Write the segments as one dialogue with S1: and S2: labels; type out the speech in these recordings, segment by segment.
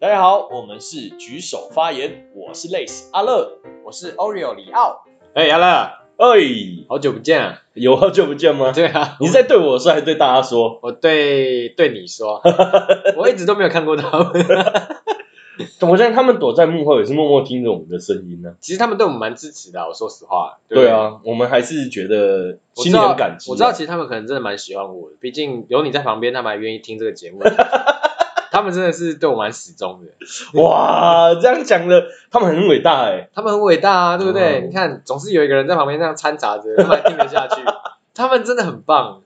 S1: 大家好，我们是举手发言，我是 Lace 阿乐，
S2: 我是 Oreo 里奥，
S3: 哎、阿乐，
S1: 哎，
S3: 好久不见啊！
S1: 有好久不见吗？
S3: 对啊，
S1: 你是在对我说还是对大家说？
S3: 我对对 你说，我一直都没有看过他们。
S1: 我相信他们躲在幕后也是默默听着我们的声音呢、
S3: 其实他们对我们蛮支持的啊、我说实话。不
S1: 对，啊，我们还是觉得
S3: 我
S1: 心
S3: 知
S1: 里
S3: 道
S1: 很感激啊、
S3: 我知道，其实他们可能真的蛮喜欢我的，毕竟有你在旁边，他们还愿意听这 个节目。他们真的是对我蛮始终的，
S1: 哇，这样讲的，他们很伟大哎、
S3: 他们很伟大啊，对不对？
S1: 嗯
S3: 你看，总是有一个人在旁边那样掺杂着，他们还听得下去。他们真的很棒，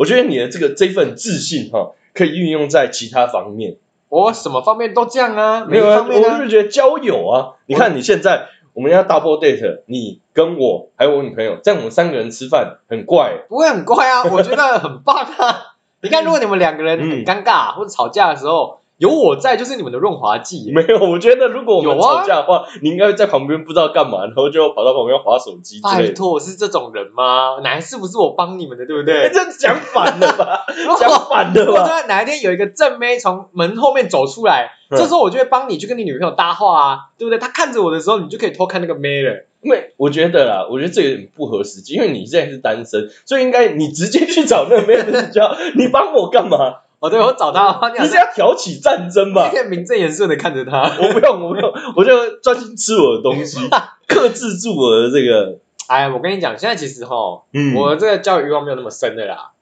S1: 我觉得你的这个这份自信哈、可以运用在其他方面。
S3: 我什么方面都这样啊，
S1: 没
S3: 每一
S1: 有啊，
S3: 方面
S1: 我
S3: 啊
S1: 就。觉得交友啊，你看你现在我们要 double date，你跟我还有我女朋友，这样我们三个人吃饭很怪欸、
S3: 不会很怪 啊，我觉得很棒啊。你看，如果你们两个人
S1: 嗯
S3: 很尴尬、或者吵架的时候，有我在就是你们的润滑剂。
S1: 没有，我觉得如果我们
S3: 有啊
S1: 吵架的话，你应该会在旁边不知道干嘛，然后就跑到旁边划手机之
S3: 拜
S1: 类的。
S3: 托，我是这种人吗？哪一次不是我帮你们的，对不
S1: 哎，
S3: 对？
S1: 这讲反了吧？
S3: 如
S1: 讲
S3: 果
S1: 反了
S3: 如果
S1: 吧？
S3: 真的哪一天有一个正妹从门后面走出来，
S1: 嗯
S3: 这时候我就会帮你去跟你女朋友搭话啊，对不对？她看着我的时候，你就可以偷看那个妹了。
S1: 没，我觉得啦，我觉得这有点不合实际，因为你现在是单身，所以应该你直接去找那个妹子交，你帮我干嘛？
S3: 哦，对，我找她的话， 你好
S1: 你是
S3: 像
S1: 要挑起战争吧
S3: 你？可以名正言顺的看着她。
S1: 我不用，我不用，我就专心吃我的东西，克制住我的这个。
S3: 哎，我跟你讲，现在其实哈，
S1: 嗯，
S3: 我这个教育欲望没有那么深的啦，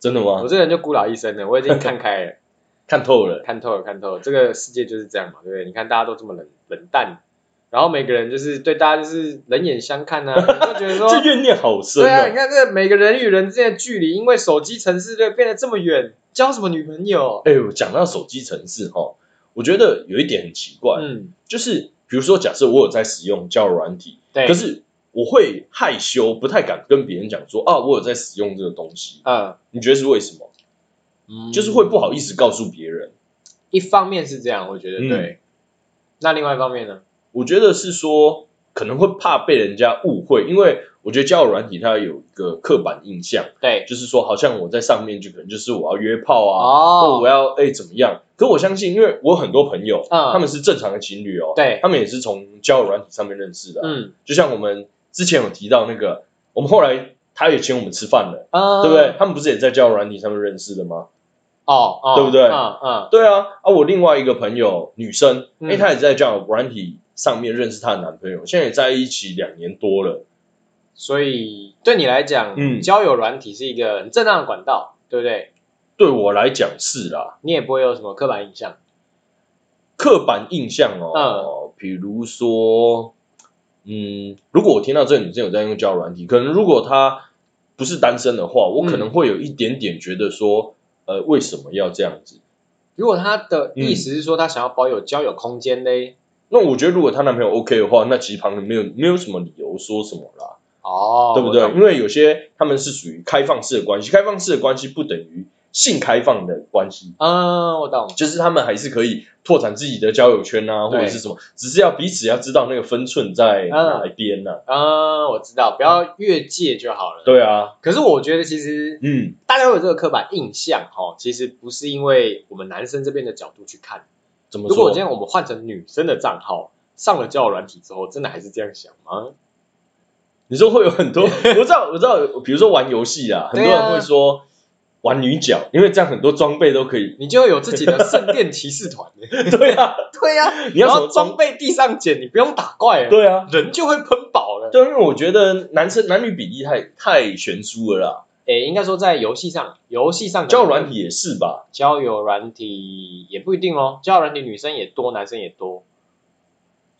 S1: 真的
S3: 我
S1: 吗？
S3: 这个人就孤老一生了，我已经看开了。
S1: 看透了。
S3: 看透了，看透了，这个世界就是这样嘛，对不对？你看大家都这么冷冷淡，然后每个人就是对大家就是冷眼相看啊，你就觉得说，
S1: 这怨念好深
S3: 对啊，你
S1: 啊！
S3: 看这每个人与人之间的距离，因为手机城市就变得这么远，交什么女朋友？
S1: 哎呦，讲到手机城市哈，我觉得有一点很奇怪，
S3: 嗯，
S1: 就是比如说，假设我有在使用交友软体，
S3: 对，
S1: 可是我会害羞，不太敢跟别人讲说啊，我有在使用这个东西。
S3: 呃，
S1: 你觉得是为什么？
S3: 嗯
S1: 就是会不好意思告诉别人。
S3: 一方面是这样，我觉得
S1: 嗯
S3: 对，那另外一方面呢？
S1: 我觉得是说可能会怕被人家误会，因为我觉得交友软体它有一个刻板印象，
S3: 对，
S1: 就是说好像我在上面就可能就是我要约炮啊，或我
S3: 哦，
S1: 要哎、怎么样？可我相信，因为我有很多朋友，
S3: 嗯
S1: 他们是正常的情侣哦，
S3: 对
S1: 他们也是从交友软体上面认识的啊、
S3: 嗯，
S1: 就像我们之前有提到那个，我们后来他也请我们吃饭了，
S3: 呃
S1: 对不对？？他们不是也在交友软体上面认识的吗？
S3: 哦，哦
S1: 对不对
S3: 嗯嗯，
S1: 对啊，啊，我另外一个朋友女生，因
S3: 嗯
S1: 为她也在交友软体上面认识她的男朋友，现在也在一起两年多了。
S3: 所以对你来讲，
S1: 嗯
S3: 交友软体是一个很正当的管道，对不对？
S1: 对我来讲是啦，
S3: 你也不会有什么刻板印象。
S1: 刻板印象
S3: 嗯
S1: 哦，比如说，嗯，如果我听到这个女生有在用交友软体，可能如果她不是单身的话，我可能会有一点点觉得说，呃，为什么要这样子？
S3: 如果他的意思是说他想要保有交友空间嘞，
S1: 那我觉得，如果她男朋友 OK 的话，那其实旁人没有没有什么理由说什么啦，
S3: 哦，
S1: 对不对
S3: 我？懂
S1: 因为有些他们是属于开放式的关系，开放式的关系不等于性开放的关系，
S3: 嗯，我懂，
S1: 就是他们还是可以拓展自己的交友圈啊，或
S3: 对
S1: 者是什么，只是要彼此要知道那个分寸在哪一边呢、啊？
S3: 嗯，我知道，不要越界就好了。，
S1: 对啊，
S3: 可是我觉得其实
S1: 嗯，
S3: 大家会有这个刻板印象哈，其实不是因为我们男生这边的角度去看。
S1: 怎么
S3: 如果今
S1: 说？
S3: 天我们换成女生的账号，上了交友软体之后，真的还是这样想吗？
S1: 你说会有很 多，我知道，我知道，比如说玩游戏啊，很
S3: 对啊
S1: 多人会说玩女角，因为这样很多装备都可 以。
S3: 你就会有自己的圣殿骑士团。
S1: 对啊，
S3: 对呀、
S1: 你要
S3: 然
S1: 什
S3: 后
S1: 么
S3: 装
S1: 装？
S3: 备地上捡，你不用打怪了，
S1: 对啊，
S3: 人就会喷饱了。
S1: 对，因为我觉得男生男女比例太太悬殊了啦，
S3: 诶，应该说在游戏上，游戏上
S1: 交友软体也是吧？
S3: 交友软体也不一定哦，交友软体女生也多，男生也多。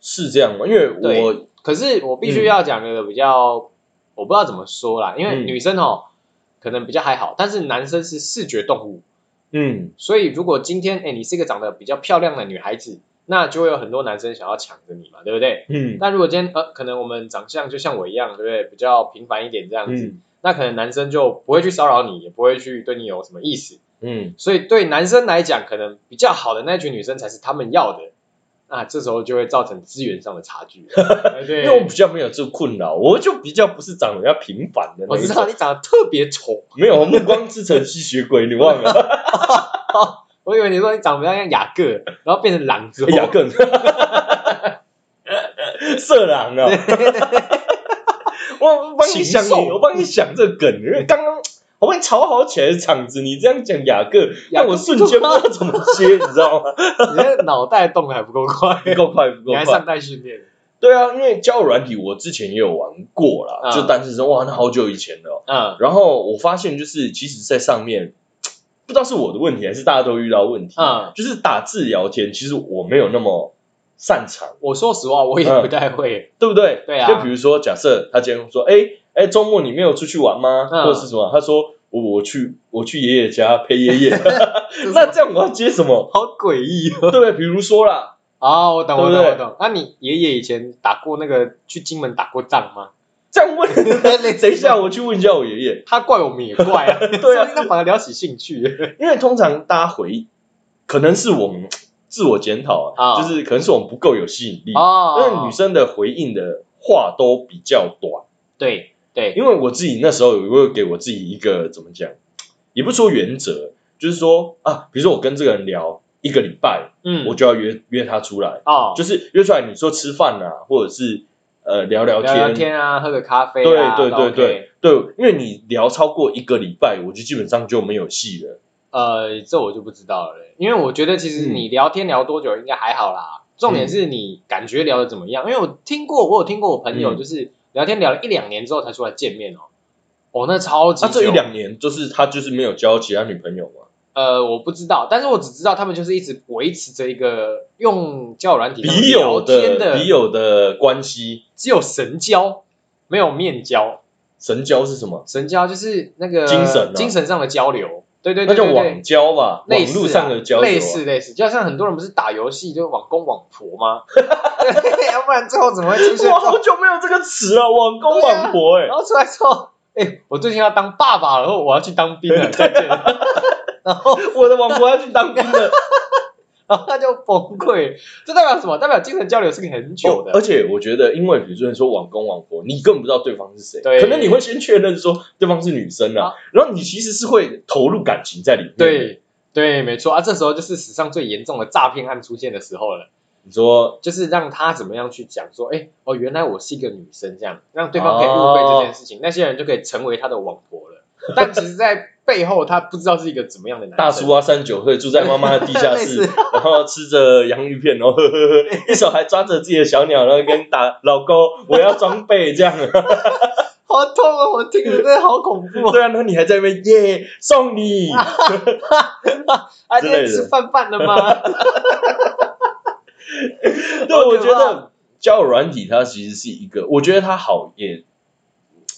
S1: 是这样吗？因为我
S3: 对可是我必须要讲一个比较，我不知道怎么说啦，因为
S1: 嗯
S3: 女生哦、可能比较还好，但是男生是视觉动物，
S1: 嗯，
S3: 所以如果今天哎、诶你是一个长得比较漂亮的女孩子，那就会有很多男生想要抢着你嘛，对不对？
S1: 嗯
S3: 但如果今天呃，可能我们长相就像我一样，对不对？比较平凡一点这样子，
S1: 嗯
S3: 那可能男生就不会去骚扰你，也不会去对你有什么意思。
S1: 嗯，
S3: 所以对男生来讲，可能比较好的那群女生才是他们要的，那这时候就会造成资源上的差距。 哎
S1: 因
S3: 对，
S1: 为我比较没有这个困扰，我就比较不是长得要平凡的那
S3: 我
S1: 一
S3: 知
S1: 种。
S3: 我以为你说你长得像雅各，然后变成狼之后，
S1: 雅更，色狼啊！ 我我帮你想
S3: 禽兽，
S1: 我帮你想这个梗，因为刚刚我帮你炒好起来的场子，你这样讲雅各，
S3: 雅
S1: 让
S3: 各
S1: 我瞬间不知道怎么接，你知道 吗？
S3: 你的脑袋动的还不够快，
S1: 不够快，不够
S3: 你还
S1: 快
S3: 上。代训练。
S1: 对啊，因为交友软体我之前也有玩过啦，
S3: 嗯
S1: 就单身生哇，那好久以前了哦。
S3: 嗯
S1: 然后我发现就是，其实，在上面不知道是我的问题，还是大家都遇到问题，
S3: 嗯，
S1: 就是打字聊天，其实我没有那么擅长。
S3: 我说实话，我也不太会。
S1: 对不对？
S3: 对啊
S1: 就比如说，假设他今天说，哎哎，周末你没有出去玩吗？
S3: 嗯
S1: 或者是什么？他说我我去我去爷爷家陪爷 爷。那这样我要接什么？
S3: 好诡异哦！
S1: 对不对？比如说啦，
S3: 啊，我懂，我
S1: 对
S3: 懂，
S1: 不对
S3: 我懂。那你爷爷以前打过那个去金门打过仗吗？
S1: 这样问， 等
S3: 等
S1: 一下，我去问一下我爷爷，
S3: 他怪我们也怪啊。
S1: 对啊
S3: 说不定他反而聊起 兴趣。
S1: 因为通常大家回，可能是我们自我检讨啊，
S3: 啊
S1: 就是可能是我们不够有吸引力，因
S3: 哦，
S1: 为女生的回应的话都比较短。
S3: 对对，
S1: 因为我自己那时候有会给我自己一个怎么讲，也不说原则，就是说啊，比如说我跟这个人聊一个礼拜，
S3: 嗯，
S1: 我就要约约他出来，
S3: 哦，
S1: 就是约出来，你说吃饭啊，或者是呃聊聊
S3: 聊聊天啊，喝个咖啡
S1: 对
S3: 啊，
S1: 对
S3: 都
S1: 对
S3: OK
S1: 对。对，因为你聊超过一个礼拜，我就基本上就没有戏了。
S3: 呃，这我就不知道了欸，因为我觉得其实
S1: 嗯
S3: 你聊天聊多久应该还好啦，重点是你感觉聊的怎么样。因为我听过，我有听过我朋友
S1: 嗯
S3: 就是聊天聊了一两年之后才出来见面哦，哦，那超级
S1: 他、
S3: 久。
S1: 啊这一两年就是他就是没有交其他女朋友嘛，
S3: 呃，我不知道，但是我只知道他们就是一直维持着一个用交友软体上
S1: 笔友
S3: 聊天
S1: 的笔友的关系，
S3: 只有神交，没有面交。
S1: 神交是什么？
S3: 神交就是那个
S1: 精神啊
S3: 精神上的交流，对对
S1: 那
S3: 对
S1: 叫
S3: 对
S1: 网
S3: 对。
S1: 交吧，
S3: 类
S1: 网
S3: 似啊
S1: 络上的交流啊、
S3: 类似类似，就像很多人不是打游戏就网公网婆 吗？对要不然最后怎么会出现这
S1: 我好
S3: 种？
S1: 久没有这个词了，网
S3: 啊
S1: 公网婆哎、
S3: 然后出来之后，哎、我最近要当爸爸了，然后我要去当兵了，再见。然后
S1: 我的网婆要去当兵 了。
S3: 然后他就崩溃，这代表什么？代表精神交流是个很久的。
S1: 哦而且我觉得，因为比如说说网公网婆，你根本不知道对方是谁，
S3: 对
S1: 可能你会先确认说对方是女生啊
S3: 啊，
S1: 然后你其实是会投入感情在里面。，
S3: 对对，没错啊，这时候就是史上最严重的诈骗案出现的时候了，
S1: 你说
S3: 就是让他怎么样去讲说，哎，哦，原来我是一个女生，这样让对方可以误会这件事情，那些人就可以成为他的网 婆了。但其实，在背后他不知道是一个怎么样的男
S1: 大
S3: 生
S1: 叔啊，三十九岁住在妈妈的地 下室
S3: 类似，
S1: 然后吃着洋芋片，然后呵呵呵，一手还抓着自己的小鸟，然后跟打老公，我要装备这样。
S3: 好痛哦！我听着真的好恐怖哦！
S1: 对啊，然后你还在那边耶送 你，
S3: 啊，
S1: 之
S3: 今
S1: 类的
S3: 天吃饭饭了吗？
S1: 对，我觉得交友软体它其实是一个，我觉得它好也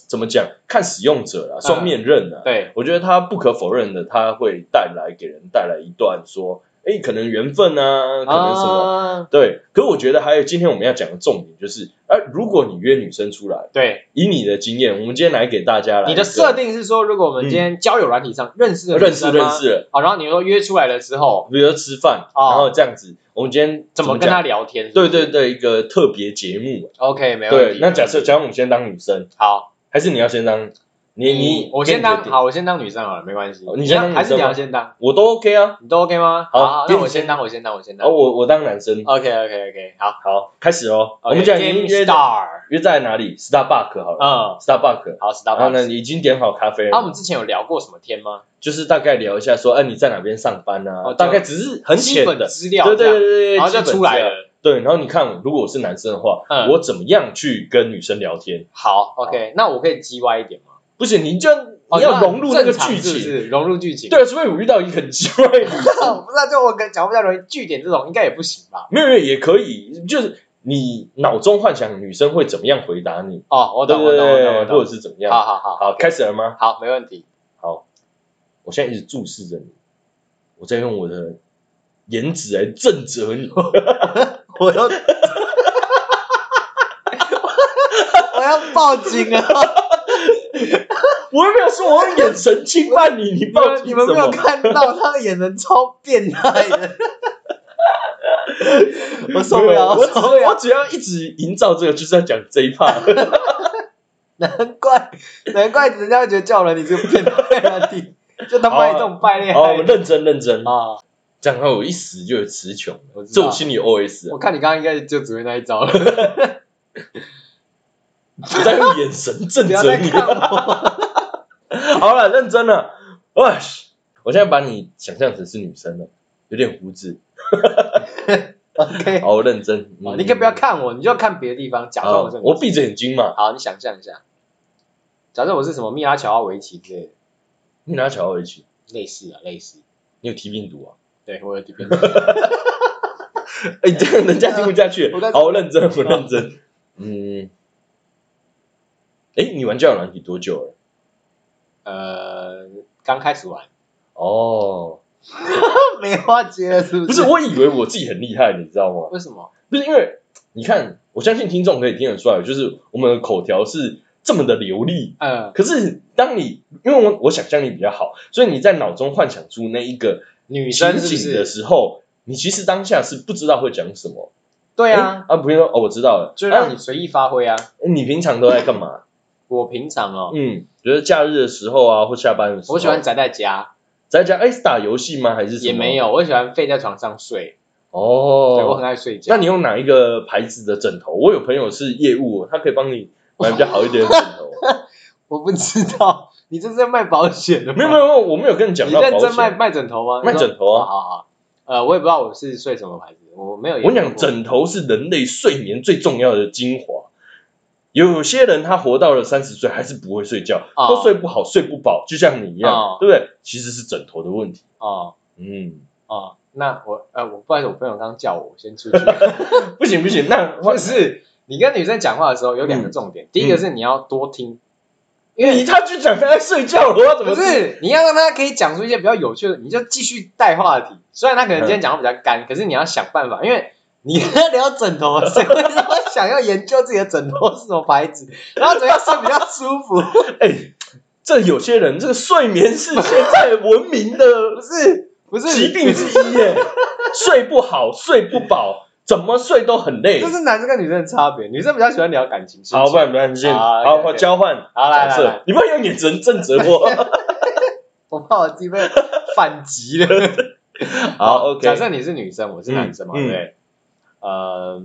S1: 怎么讲，看使用者
S3: 嗯
S1: 啦，双面刃啊。
S3: 对，
S1: 我觉得它不可否认的，它会带来给人带来一段说，哎，可能缘分啊，可能什么。
S3: 啊，
S1: 对，可我觉得还有今天我们要讲的重点就是，哎、如果你约女生出来，
S3: 对，
S1: 以你的经验，我们今天来给大家来
S3: 你
S1: 一个
S3: 的设定是说，如果我们今天交友软体上认识的
S1: 认识认识了，
S3: 好，哦然后你说约出来了之后，
S1: 比如说吃饭，
S3: 哦
S1: 然后这样子，我们今天
S3: 怎么
S1: 讲
S3: 跟他？聊天？
S1: 对对对，一个特别节目。
S3: ，OK，没问
S1: 对
S3: 题，。
S1: 那假设假如我们先当女生。
S3: 好，
S1: 还是你要先当？你你
S3: 我先当，
S1: 你决定，
S3: 好，我先当女生好了，没关系
S1: 哦。你先当女生吗
S3: 还是你要先当？
S1: 我都 OK 啊。
S3: 你都 OK 吗？
S1: 好
S3: 好，
S1: 给
S3: 那
S1: 你
S3: 我先
S1: 先
S3: 当，我先当，我先
S1: 然
S3: 当
S1: 后。我我当男生，
S3: OK OK OK，好。
S1: 好，开始哦。我们讲已经
S3: Game
S1: 约
S3: Star，
S1: 约在哪里？Starbucks 好了
S3: 嗯，
S1: ，Starbucks。
S3: 好
S1: 然后呢，
S3: ，Star。
S1: 你已经点好咖啡
S3: 啊，我们
S1: 了，
S3: 之前有聊过什么天吗？
S1: 就是大概聊一下说，哎，你在哪边上班啊？
S3: 哦
S1: 大概只是很
S3: 基
S1: 浅
S3: 本
S1: 的，
S3: 资料，
S1: 对对对对，对
S3: 然后就
S1: 基本
S3: 出来
S1: 这样。
S3: 了。
S1: 对，然后你看，如果我是男生的话，
S3: 嗯
S1: 我怎么样去跟女生聊天？
S3: 好，OK，那我可以 G Y 一点吗？
S1: 不行，你就
S3: 哦
S1: 你要融入那个剧
S3: 是不
S1: 情。
S3: 是融入剧情。，
S1: 对，啊除非我遇到一个很奇怪的女生。
S3: 我不知道，就我跟讲不太容易据点这种，应该也不行吧？
S1: 没有，没有也可以，就是你脑中幻想女生会怎么样回答你，
S3: 哦，我
S1: 对
S3: 懂，
S1: 不
S3: 我懂，我懂，
S1: 对？
S3: 我
S1: 或
S3: 懂。
S1: 者是怎么样？
S3: 好好好，
S1: 好开始了吗？
S3: 好，没问题。
S1: 好，我现在一直注视着你，我在用我的颜值来震慑 你。
S3: 我要， 我要报警啊！
S1: 我又没有说我用眼神侵犯你，你
S3: 你
S1: 报
S3: 们
S1: 警
S3: 你
S1: 什
S3: 们没有
S1: 么？
S3: 看到他的眼神超变态 的，我受不
S1: 没有
S3: 了，
S1: 我
S3: 我
S1: 只
S3: 受不了
S1: 我。只要一直营造这个，就是要讲这一 part。
S3: 难怪，难怪人家会 觉得叫人你是变态啊！你就他妈你这种败类
S1: 哦好，我
S3: 害
S1: 们
S3: 人
S1: 认真认真。
S3: 啊！
S1: 这样他我一死就有词穷了，
S3: 我知
S1: 这
S3: 道
S1: 我心里 OS 啊
S3: 我看你刚刚应该就只会那一招了，
S1: 你在用眼神震
S3: 不要再
S1: 慑你。
S3: 看我。
S1: 好了，认真了，哇！我现在把你想象成是女生了，有点胡子，
S3: OK，
S1: 好认真。
S3: 好
S1: 嗯
S3: 哦你可以不要看我，你就看别的地方，假装我
S1: 好
S3: 是女
S1: 哦我闭着眼睛嘛，
S3: 好，你想象一下，假设我是什么密拉乔瓦维奇之类的，
S1: 你拿巧克力去，
S3: 类似啊，类似。
S1: 你有提病毒啊？
S3: 对，我有点变
S1: 哎，这样人家听不下去
S3: 我在。
S1: 好，我认真，我认真。嗯，哎，你玩交友软体多久了？
S3: 呃，刚开始玩，
S1: 哦，
S3: 梅花节了是不
S1: 不是，我以为我自己很厉害，你知道吗？
S3: 为什么？
S1: 不是因为你看，我相信听众可以听得出来，就是我们的口条是这么的流利。
S3: 呃，
S1: 可是当你因为我我想象力比较好，所以你在脑中幻想出那一个
S3: 女
S1: 情
S3: 生是不
S1: 景的
S3: 是？
S1: 时候，你其实当下是不知道会讲什么。
S3: 对
S1: 诶
S3: 啊，
S1: 啊，不用说哦，我知道了。
S3: 就让
S1: 啊
S3: 你随意发挥啊。
S1: 你平常都在干嘛？
S3: 我平常哦，
S1: 嗯，觉得假日的时候啊，或下班的时候，
S3: 我喜欢宅在家，
S1: 在家。哎，是打游戏吗？还是什么
S3: 也没有，我喜欢废在床上睡，对我
S1: 哦。
S3: 很爱睡觉。
S1: 那你用哪一个牌子的枕头？我有朋友是业务，他可以帮你买比较好一点的枕 头。
S3: 我不知道， 你这是在卖保险的吗？
S1: 没有没有没有，我没有跟你讲
S3: 你
S1: 到
S3: 认
S1: 保
S3: 真卖
S1: 险。
S3: 卖枕头吗？
S1: 卖枕头啊
S3: 你说好好好，呃，我也不知道我是睡什么牌子，我没有研
S1: 我
S3: 究过。
S1: 跟你讲，枕头是人类睡眠最重要的精华。有些人他活到了三十岁还是不会睡觉，
S3: 哦
S1: 都睡不好、睡不饱，就像你一样，
S3: 哦
S1: 对不对？其实是枕头的问题。
S3: 哦
S1: 嗯，
S3: 哦，那我呃，我不好意思，我朋友刚叫我，我先出 去。
S1: 不行不行， 那
S3: 不是，你跟女生讲话的时候有两个重
S1: 嗯
S3: 点，第一个是你要多听，因
S1: 你
S3: 为
S1: 他就讲他在睡觉了，我要怎么
S3: 不是你要让他可以讲出一些比较有趣的，你就继续带话题。虽然他
S1: 嗯
S3: 可能今天讲话比较干，可是你要想办法，因为。你跟他聊枕头，谁会那么想要研究自己的枕头是什么牌子，然后怎么样睡比较舒 服？
S1: 哎、这有些人这个睡眠是现在文明的
S3: 不是不是
S1: 疾病之一耶，睡不好、睡不饱，怎么睡都很累
S3: 这。是男生跟女生的差别，女生比较喜欢聊感情。是
S1: 好，
S3: 是
S1: 不然不然先
S3: 好
S1: 好，
S3: 啊 OK，OK
S1: 我交换
S3: 好
S1: 角
S3: 来来
S1: 色
S3: 来，，
S1: 你不要用眼神正着我。
S3: 我怕我自己被反击 了。
S1: 好，OK，
S3: 假设你是女生，我是男生嘛，
S1: 嗯
S3: 对不对？呃，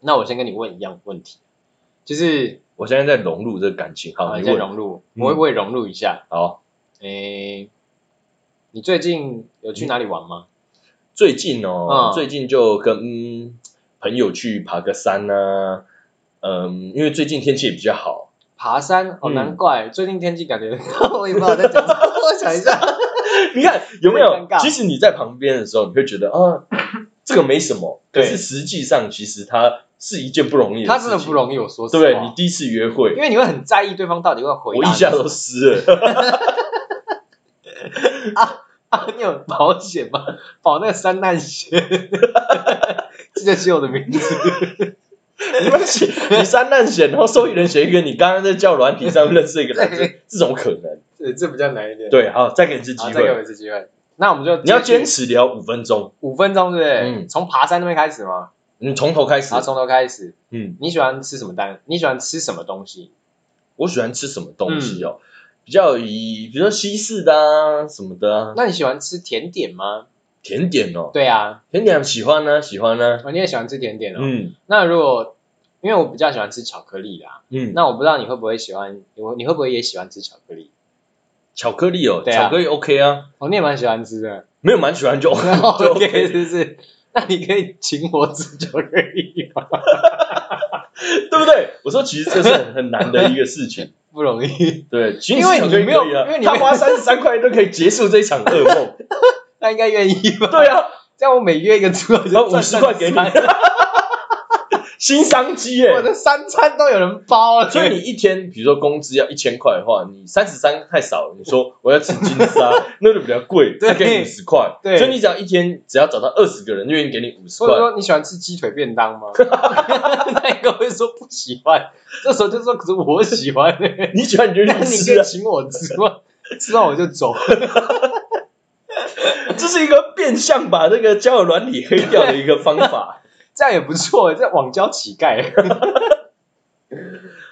S3: 那我先跟你问一样问题，就是
S1: 我现在在融入这个感情，好，
S3: 啊
S1: 你
S3: 先
S1: 问，
S3: 融入，
S1: 嗯
S3: 我也我也融入一下。
S1: 好。
S3: 诶，你最近有去哪里玩吗？
S1: 最近哦，
S3: 嗯
S1: 最近就跟、嗯朋友去爬个山啊，嗯，因为最近天气也比较 好，
S3: 爬山哦，
S1: 嗯
S3: 难怪最近天气感觉， 我也不知道我在讲什么，我想一下，
S1: 你看有没有
S3: 有点尴？尬
S1: 其实你在旁边的时候，你会觉得 啊，这个没什么。可
S3: 对
S1: 是实际上，其实它是一件不容易的
S3: 他
S1: 事
S3: 真
S1: 情。
S3: 的不容易，我说实
S1: 对
S3: 话，
S1: 不对？你第一次约会
S3: 因，为你会很在意对方到底会回
S1: 我
S3: 答
S1: 一
S3: 你
S1: 下都湿 了。
S3: 啊，你 有保险吗？保那个三难险， 记得写我的名字。
S1: 你们写 你三难险，然后受益人写一个你刚刚在叫软体上认识一个男生，这怎么可能？
S3: 对，这比较难一点。，
S1: 对，好，再给你一次机
S3: 好，再给我
S1: 会，
S3: 一次机会。那我们就
S1: 你要坚持聊五分钟，
S3: 五分钟，对不对？
S1: 嗯
S3: 从爬山那边开始吗？
S1: 你从头开始
S3: 然后。从头开始。
S1: 嗯，
S3: 你喜欢吃什么单？你喜欢吃什么东西？
S1: 我喜欢吃什么东西哦？比较以比如说西式的啊什么的啊，
S3: 那你喜欢吃甜点吗？
S1: 甜点哦，
S3: 对啊，
S1: 甜点喜欢呢，喜欢啊呢。
S3: 哦，你也喜欢吃甜点哦。
S1: 嗯
S3: 那如果因为我比较喜欢吃巧克力啦，
S1: 嗯，
S3: 那我不知道你会不会喜欢，你会你会不会也喜欢吃巧克力？
S1: 巧克力哦，
S3: 对啊
S1: 巧克力 OK 啊，
S3: 哦，你也蛮喜欢吃的。
S1: 没有蛮喜 欢就就
S3: OK，
S1: OK，
S3: 是不是？那你可以请我吃巧克力吗？
S1: 对不对？我说其实这是很很难的一个事 情，
S3: 不容易，
S1: 对，其实
S3: 因为
S1: 巧克力
S3: 你没有
S1: 可以啊
S3: 因为你没
S1: 他
S3: 有
S1: 花三十三块都可以结束这一场噩梦，
S3: 他应该愿意吧？
S1: 对啊，
S3: 这样我每约一个之后
S1: 然
S3: 就
S1: 哦后五十块给你
S3: 赚三，
S1: 新商机耶
S3: 餐，我的三餐都有人包了，
S1: 所以你一天比如说工资要一千块的话，你三十三太少了，你说我要吃金沙，那就比较贵，
S3: 对
S1: 再给你五十块，
S3: 对
S1: 所以你只要一天只要找到二十个人愿意给你五十
S3: 或者
S1: 块，
S3: 说你喜欢吃鸡腿便当吗？ 那一个会说不喜欢，这时候就说可是我喜欢、欸，
S1: 你喜欢你 就去
S3: 那你可
S1: 吃
S3: 以
S1: 啊，
S3: 请我吃吗？ 吃完我就走。
S1: 这是一个变相把这个交友软体黑掉的一个方法。
S3: 这样也不错，这网交乞丐。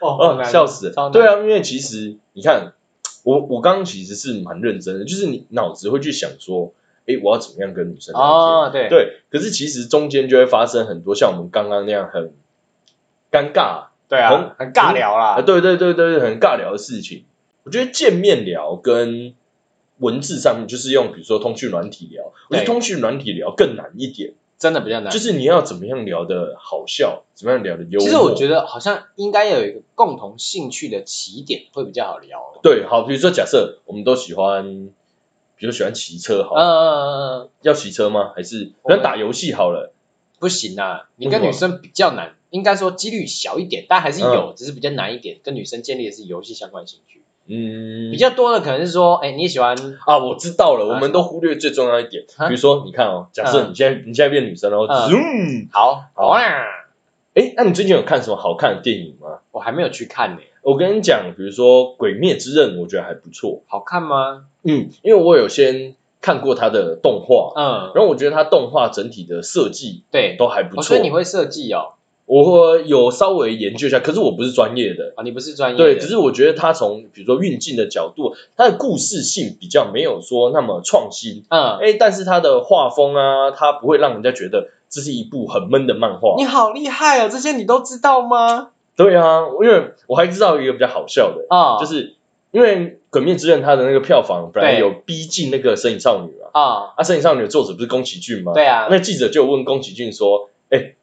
S1: 哦，笑死
S3: 超
S1: 了！
S3: 难
S1: 对啊，因为其实你看，我我刚刚其实是蛮认真的，就是你脑子会去想说，诶，我要怎么样跟女生聊天？
S3: 哦，对，
S1: 对，可是其实中间就会发生很多像我们刚刚那样很尴尬
S3: 对
S1: 同
S3: 啊，很尬聊
S1: 啊，
S3: 啦，
S1: 对对对对，很尬聊的事情。我觉得见面聊跟文字上面，就是用比如说通讯软体聊，我觉得
S3: 对
S1: 通讯软体聊更难一点，
S3: 真的比较难。
S1: 就是你要怎么样聊的好笑，怎么样聊的幽默。
S3: 其实我觉
S1: 得
S3: 得好像应该有一个共同兴趣的起点会比较好聊哦。
S1: 对，好，比如说假设我们都喜欢，比如喜欢骑车好，
S3: 呃，
S1: 要骑车吗？还是
S3: 我
S1: 那
S3: 们
S1: 打游戏好了？
S3: 不行啊，你
S1: 为什
S3: 跟
S1: 么
S3: 女生比较难，应该说几率小一点，但还是
S1: 嗯
S3: 有，只是比较难一点。跟女生建立的是游戏相关兴趣，
S1: 嗯，
S3: 比较多的可能是说，哎，你喜欢
S1: 啊，我知道了，
S3: 啊
S1: 我们都忽略最重要一点，
S3: 啊
S1: 比如说，你看哦，假设
S3: 嗯
S1: 你现在你现在变女生了
S3: 嗯
S1: ，zoom，
S3: 好
S1: 好
S3: 好啦，
S1: 哎，那你最近有看什么好看的电影吗？
S3: 啊我还没有去看呢，
S1: 我跟你讲，比如说《鬼灭之刃》，我觉得还不错，
S3: 好看吗？
S1: 嗯，因为我有先看过它的动画，
S3: 嗯，
S1: 然后我觉得它动画整体的设计
S3: 对，
S1: 都还不错
S3: 哦所以，你会设计哦，
S1: 我会有稍微研究一下，可是我不是专业的。
S3: 啊，你不是专业的，
S1: 对，只是我觉得它从比如说运镜的角度，它的故事性比较没有说那么创新，
S3: 嗯，
S1: 哎，但是它的画风啊，它不会让人家觉得这是一部很闷的漫画
S3: 你。好厉害哦，这些你都知道吗？
S1: 对啊，因为我还知道一个比较好笑的，
S3: 啊，
S1: 就是因为《鬼灭之刃》它的那个票房本来
S3: 对
S1: 有逼近那个《神隐少女》啊，
S3: 啊，
S1: 啊，《神隐少女》的作者不是宫崎骏吗？、
S3: 对啊，
S1: 那记者就有问宫崎骏说：“哎，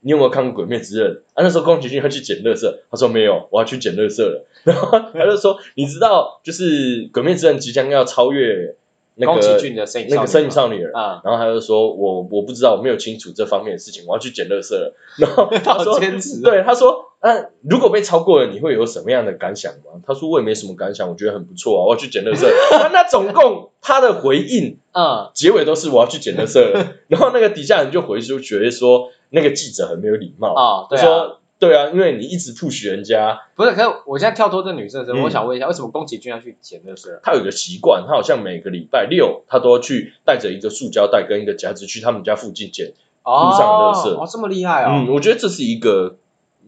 S1: 你有没有看过《鬼灭之刃》？”啊，那时候宫崎骏他去捡垃圾，他说没有，我要去捡垃圾了。 然后他就说：“你知道，就是《鬼灭之刃》即将要超越那个
S3: 宫崎骏的摄影
S1: 那个《
S3: 摄
S1: 神隐少女》了。”
S3: 啊，
S1: 然后他就说：“我我不知道，我没有清楚这方面的事情，我要去捡垃圾了。” 然后 他
S3: 好
S1: 说：“
S3: 坚持，，
S1: 对，他说：“那、如果被超过了，你会有什么样的感想吗？”他说：“我也没什么感想，我觉得很不错啊，我要去捡 垃圾。那”那总共他的回应
S3: 嗯，
S1: 结尾都是我要去捡垃圾 了，然后那个底下人就回出觉得说那个记者很没有礼貌，
S3: 哦，
S1: 他
S3: 对啊，
S1: 说：“对啊，因为你一直 push 人家，
S3: 不是，可是我现在跳脱这女生的身
S1: 嗯
S3: 份，我想问一下，为什么宫崎骏要去捡那个事？
S1: 他有个习惯，他好像每个礼拜六他都要去带着一个塑胶袋跟一个夹子去他们家附近捡。
S3: 哦，
S1: 路上的垃圾
S3: 哦，这么厉害
S1: 嗯，
S3: 哦，
S1: 我觉得这是一个。”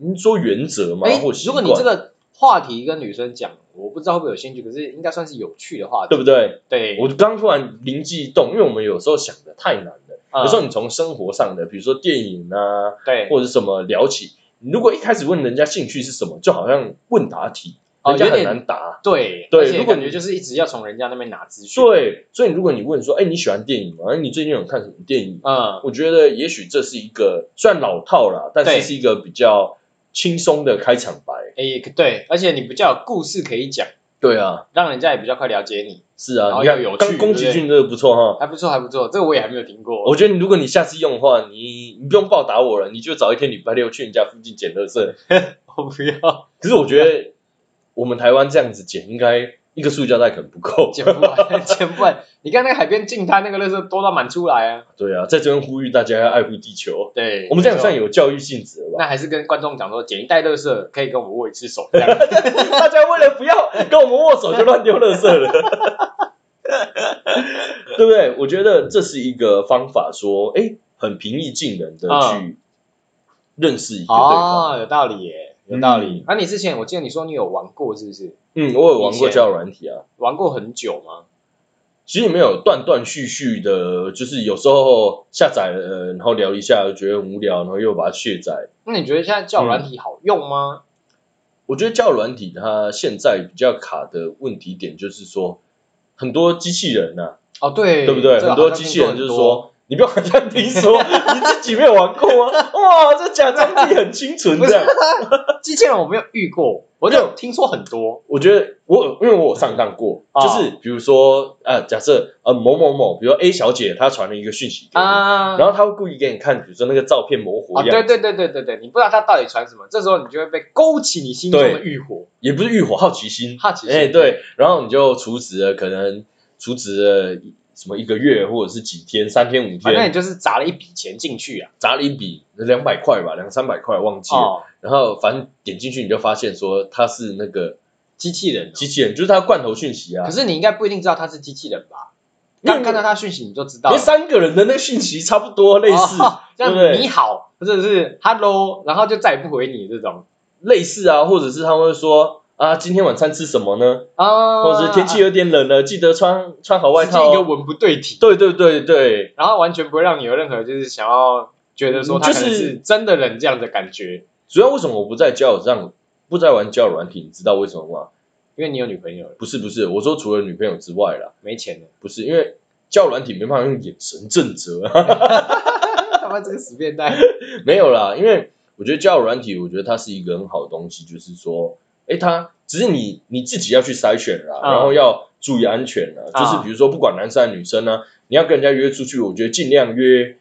S1: 你说原则吗？
S3: 哎
S1: 或习
S3: 如果
S1: 惯，
S3: 你这个话题跟女生讲，我不知道会不会有兴趣，可是应该算是有趣的话
S1: 对不
S3: 题，
S1: 对？
S3: 对，
S1: 我刚突然灵机一动，因为我们有时候想的太难了。
S3: 嗯
S1: 有时候你从生活上的，比如说电影啊，
S3: 对，
S1: 或者什么聊起，你如果一开始问人家兴趣是什么，就好像问答题，
S3: 哦
S1: 人家
S3: 有
S1: 很
S3: 点
S1: 难答。
S3: 对，
S1: 对
S3: 而且
S1: 如果
S3: 感觉就是一直要从人家那边拿资讯，
S1: 对，所以如果你问说，哎，你喜欢电影吗？哎你最近有看什么电影？
S3: 嗯，
S1: 我觉得也许这是一个虽然老套啦，但是
S3: 对
S1: 是一个比较轻松的开场白。
S3: 哎，对，而且你比较有故事可以讲，
S1: 对啊，
S3: 让人家也比较快了解你，
S1: 是啊，
S3: 然后
S1: 你看
S3: 又有趣
S1: 刚宫崎
S3: 对不对
S1: 骏这个不错哈。
S3: 还不错，还不错，这个我也还没有听过，
S1: 我觉得你如果你下次用的话，你你不用报答我了，你就找一天礼拜六去你家附近捡垃圾。
S3: 我不要
S1: 可是我觉得我们台湾这样子捡，应该一个塑胶袋可能不够。
S3: 捡不完，捡不完，你看那个海边净滩那个垃圾多到满出来啊，
S1: 对啊，在这边呼吁大家要爱护地球。
S3: 对，
S1: 我们这样
S3: 没错
S1: 算有教育性质 了吧？
S3: 那还是跟观众讲说，捡一袋垃圾可以跟我们握一次手，这样
S1: 大家为了不要跟我们握手就乱丢垃圾了， 对不对？我觉得这是一个方法说，哎，很平易近人的
S3: 啊
S1: 去认识一个对
S3: 哦，
S1: 方。
S3: 有道理耶，有道理。啊那、你之前我记得你说你有玩过，是不是？
S1: 嗯，我有玩
S3: 以
S1: 过
S3: 前
S1: 交友软体啊，
S3: 玩过很久吗？
S1: 其实没有断断续续的，就是有时候下载了，然后聊一下，觉得很无聊，然后又把它卸载。
S3: 那你觉得现在交友软体好用吗？
S1: 我觉得交友软体它现在比较卡的问题点就是说，很多机器人呐、
S3: 哦，对，
S1: 对不对？
S3: 这个
S1: 很
S3: 好像
S1: 多机器人
S3: 听
S1: 就是
S3: 过
S1: 说，你不要好像听说你自己没有玩过啊，哇，这假装自己很清纯这 样。
S3: 很多，机器人我没有遇过，我
S1: 没
S3: 就
S1: 有
S3: 听说很多。
S1: 我觉得我因为我有上当过，
S3: 哦
S1: 就是比如说呃，假设呃某某某，比如说 A 小姐她传了一个讯息给你，
S3: 啊，
S1: 然后她会故意给你看，比如说那个照片模糊
S3: 啊，
S1: 一样
S3: 对。对对对对对，你不知道他到底传什么，这时候你就会被勾起你心中的欲火，
S1: 也不是欲火，好奇心，
S3: 好奇心
S1: 哎、对，然后你就除职了，可能除职了一什么一个月或者是几天，三天五
S3: 反正
S1: 天，
S3: 你就是砸了一笔钱进去啊。
S1: 砸了一笔两百块吧，两三百块忘记了，
S3: 哦，
S1: 然后反正点进去你就发现说他是那个
S3: 机器人哦、
S1: 机器人，就是他罐头讯息啊
S3: 可，是你应该不一定知道他是机器人吧？
S1: 因为
S3: 刚看到他讯息你就知道
S1: 因
S3: 了
S1: 为。三个人的那个讯息差不多类似、
S3: 哦
S1: 啊对
S3: 像
S1: 不对
S3: 你好，或者是 hello，然后就再也不回你这种。
S1: 类似啊，或者是他会说。啊，今天晚餐吃什么呢？
S3: 啊，
S1: 或者是天气有点冷了，记得穿穿好外
S3: 直接
S1: 套
S3: 一
S1: 哦、
S3: 个文不对题，
S1: 对对对对，
S3: 然后完全不会让你有任何就是想要觉得说他
S1: 嗯就是
S3: 可能是真的人这样的感觉，
S1: 主要为什么我不在交友上不在玩交友软体，你知道为什么吗？
S3: 因为你有女朋友了，
S1: 不是不是，我说除了女朋友之外啦，
S3: 没钱了，
S1: 不是因为交友软体没办法用眼神震慑，
S3: 他妈这个死变态，
S1: 没有啦，因为我觉得交友软体，我觉得它是一个很好的东西，就是说，哎，它只是你你自己要去筛选啦，
S3: 嗯
S1: 然后要注意安全啦，
S3: 嗯
S1: 就是比如说不管男生还是女生呢、啊你要跟人家约出去，我觉得尽量约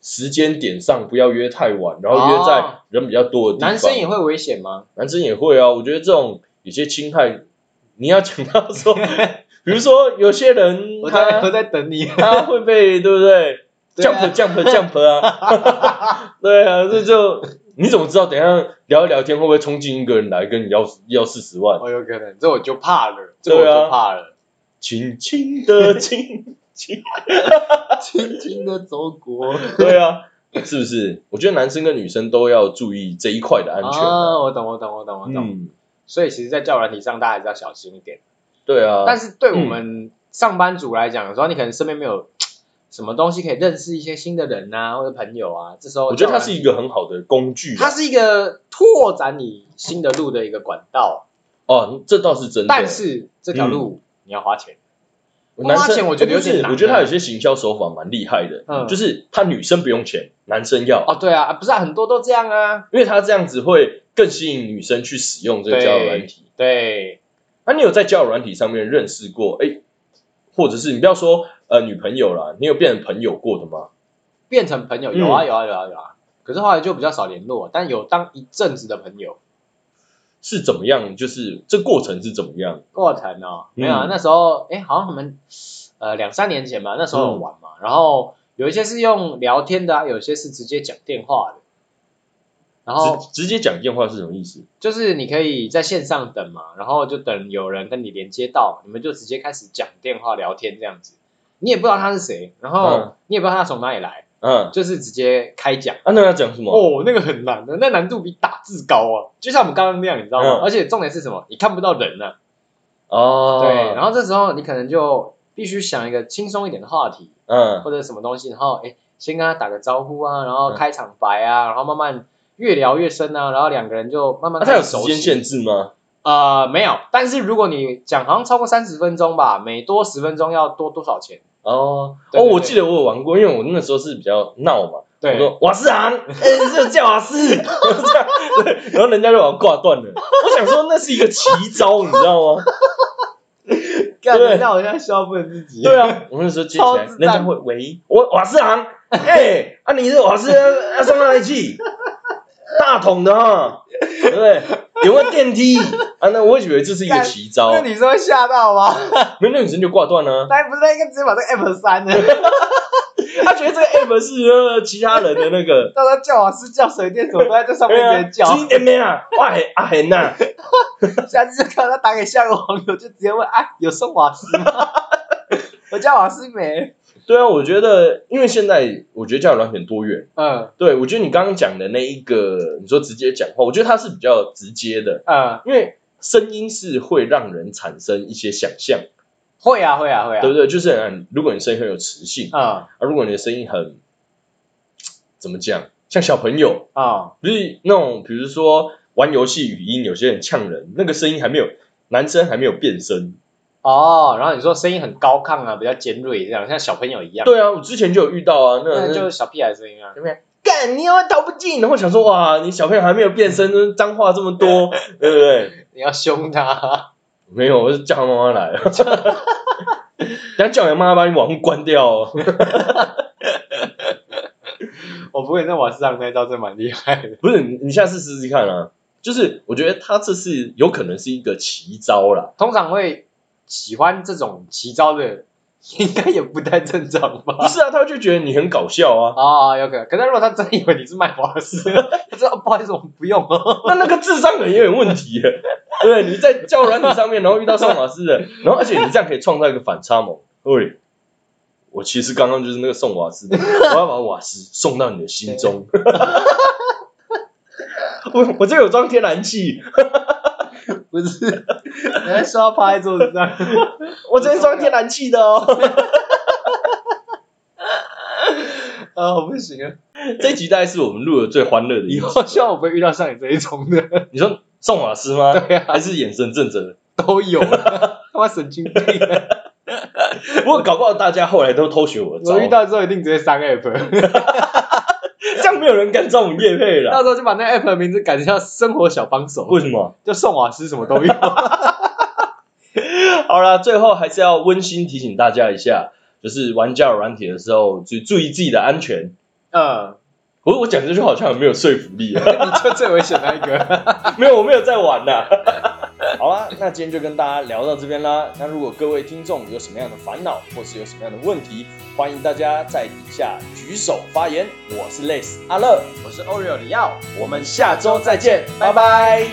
S1: 时间点上，不要约太晚，然后约
S3: 哦
S1: 在人比较多的地方。
S3: 男生也会危险吗？
S1: 男生也会啊，我觉得这种有些侵害，你要讲到 说，比如说有些人
S3: 我在 我
S1: 他
S3: 在等你，
S1: 他会被对不对
S3: 对啊
S1: jump jump jump 啊， 对啊，这就你怎么知道？等一下聊一聊天会不会冲进一个人来跟你要要四十万？
S3: 哦，有可能，这我就怕了，这我就怕了，
S1: 轻轻的轻轻，
S3: 轻轻的走过，
S1: 对啊，是不是？我觉得男生跟女生都要注意这一块的安全啊、
S3: 啊，我懂，我懂，我懂，我懂。
S1: 嗯，
S3: 所以其实，在教软体上，大家还是要小心一点。
S1: 对啊，
S3: 但是对我们上班族来讲，有时候你可能身边没有什么东西可以认识一些新的人啊，或者朋友啊，这时候
S1: 我觉得它
S3: 教
S1: 是
S3: 软体
S1: 一个很好的工具啊、
S3: 它是一个拓展你新的路的一个管道，
S1: 哦，这倒是真的。
S3: 但是这条路你要花钱。不花
S1: 男生
S3: 钱我觉得有
S1: 不是
S3: 点难
S1: 我觉得
S3: 啊
S1: 他有些行销手法蛮厉害的，
S3: 嗯
S1: 就是他女生不用钱，男生要，
S3: 哦，对啊，啊不是啊很多都这样啊。
S1: 因为他这样子会更吸引女生去使用这个交友软体。
S3: 对，
S1: 那、你有在交友软体上面认识过？哎，或者是你不要说呃女朋友啦，你有变成朋友过的吗？
S3: 变成朋友有啊
S1: 嗯
S3: 有啊有啊有啊，可是后来就比较少联络，但有当一阵子的朋友。
S1: 是怎么样？就是这过程是怎么样？
S3: 过程哦，没有啊，
S1: 嗯
S3: 那时候哎，好像我们呃两三年前吧，那时候有玩
S1: 嗯
S3: 嘛，然后有一些是用聊天的、啊，有些是直接讲电话的，然后
S1: 直直接讲电话是什么意思？
S3: 就是你可以在线上等嘛，然后就等有人跟你连接到，你们就直接开始讲电话聊天这样子，你也不知道他是谁，然后
S1: 嗯
S3: 你也不知道他从哪里来，
S1: 嗯，
S3: 就是直接开讲。
S1: 啊，那要讲什么？
S3: 哦，那个很难的，那难度比打字高啊，就像我们刚刚那样，你知道吗？
S1: 嗯
S3: 而且重点是什么？你看不到人啊。
S1: 哦，
S3: 对，然后这时候你可能就必须想一个轻松一点的话题
S1: 嗯
S3: 或者什么东西，然后哎，先跟他打个招呼啊，然后开场白啊，然后慢慢越聊越深啊，然后两个人就慢慢
S1: 那嗯他
S3: 开始
S1: 有时
S3: 熟悉。
S1: 间限制吗？
S3: 呃，没有，但是如果你讲好像超过三十分钟吧，每多十分钟要多多少钱？
S1: 哦
S3: 对对
S1: 哦，我
S3: 对
S1: 记得我有玩过，因为我那时候是比较闹嘛，我
S3: 对，
S1: 说瓦斯 行，哎、这叫瓦斯，这样，对，然后人家就把我挂断了。我想说那是一个奇招，你知道 吗？
S3: 干
S1: 对
S3: 那我现在笑不能自己。
S1: 对啊，我那时候接起
S3: 超
S1: 来，
S3: 自
S1: 人
S3: 在
S1: 家会喂，我瓦斯行，哎、啊你是瓦斯要上哪里去？大桶的哈，对不对？有没有电梯？啊，那我以为这是一个奇招，
S3: 那女生会吓到吗？
S1: 没有那女生就挂断啊了、
S3: 他不是应该直接把这个 app 删了，
S1: 他觉得这个 app 是呃其他人的那个。
S3: 到时候叫老师叫水电什么都在这上面直接叫。
S1: 今天没啊，哇嘿啊嘿呐，啊
S3: 下次就看到他打给下个网友，就直接问：啊，有送瓦斯吗？ 我家瓦斯没。
S1: 对啊，我觉得，因为现在我觉得交友软件多元，
S3: 嗯
S1: 对我觉得你刚刚讲的那一个，你说直接讲话，我觉得它是比较直接的，
S3: 嗯，
S1: 因为声音是会让人产生一些想象，
S3: 会啊会啊会啊。
S1: 对不
S3: 对？
S1: 对？就是嗯如果你声音很有磁性，啊，
S3: 嗯
S1: 如果你的声音很怎么讲，像小朋友，
S3: 嗯
S1: 不是那种，比如说玩游戏语音，有些人呛人，那个声音还没有，男生还没有变声。
S3: 哦，然后你说声音很高亢啊，比较尖锐，这样像小朋友一样。，
S1: 对啊，我之前就有遇到啊，那
S3: 那就是小屁孩的声音啊。
S1: 干，你怎么逃不进？然后想说，哇，你小朋友还没有变身，脏话这么多，对不对？
S3: 你要凶他。
S1: 没有，我是叫他妈妈来 了。等下叫你妈妈把你网络关掉哦。
S3: 我不会，那瓦斯上那一招真蛮厉害的。
S1: 不是，你你下次试试看啊。就是我觉得他这是有可能是一个奇招啦。
S3: 通常会喜欢这种奇招的，应该也不太正常
S1: 不
S3: 吧？
S1: 是啊，他就觉得你很搞笑啊。
S3: 哦，有可能。可是如果他真的以为你是卖瓦 斯，他说、哦、不好意思，我们不用哦。
S1: 那那个智商可能有点问题耶，对不对？你在教软体上面，然后遇到送瓦斯的，然后而且你这样可以创造一个反差萌。喂，我其实刚刚就是那个送瓦斯的，我要把瓦斯送到你的心 中。我我这有装天然气，
S3: 不是，你还说要趴在桌子上？
S1: 我这边装天然气的哦。
S3: 啊，我不行啊！
S1: 这一集大概是我们录的最欢乐的一
S3: 以
S1: 集。
S3: 后希望我不会遇到像你这一种的，
S1: 你说送法师吗？
S3: 对啊
S1: 还是眼神正直？
S3: 都有 啊，他妈神经病啊！
S1: 不过搞不好大家后来都偷学我的招
S3: 我遇，到之后一定直接删 app，
S1: 这样没有人敢找我们叶配
S3: 到
S1: 了。
S3: 时候就把那 app 的名字改成叫“生活小帮手
S1: 为什么？”，
S3: 就送瓦斯什么都 有。
S1: 好啦，最后还是要温馨提醒大家一下，就是玩交友软体的时候，就注意自己的安全。
S3: 嗯，
S1: 我我讲这句话好像很没有说服力啊，
S3: 你就最危险那一个。
S1: 没有，我没有在玩呐、 好啦，那今天就跟大家聊到这边啦。那如果各位听众有什么样的烦恼，或是有什么样的问题，欢迎大家在底下举手发言。我是 Les 阿乐，
S3: 我是 Oreo 里奥。
S1: 我们下周再见，拜拜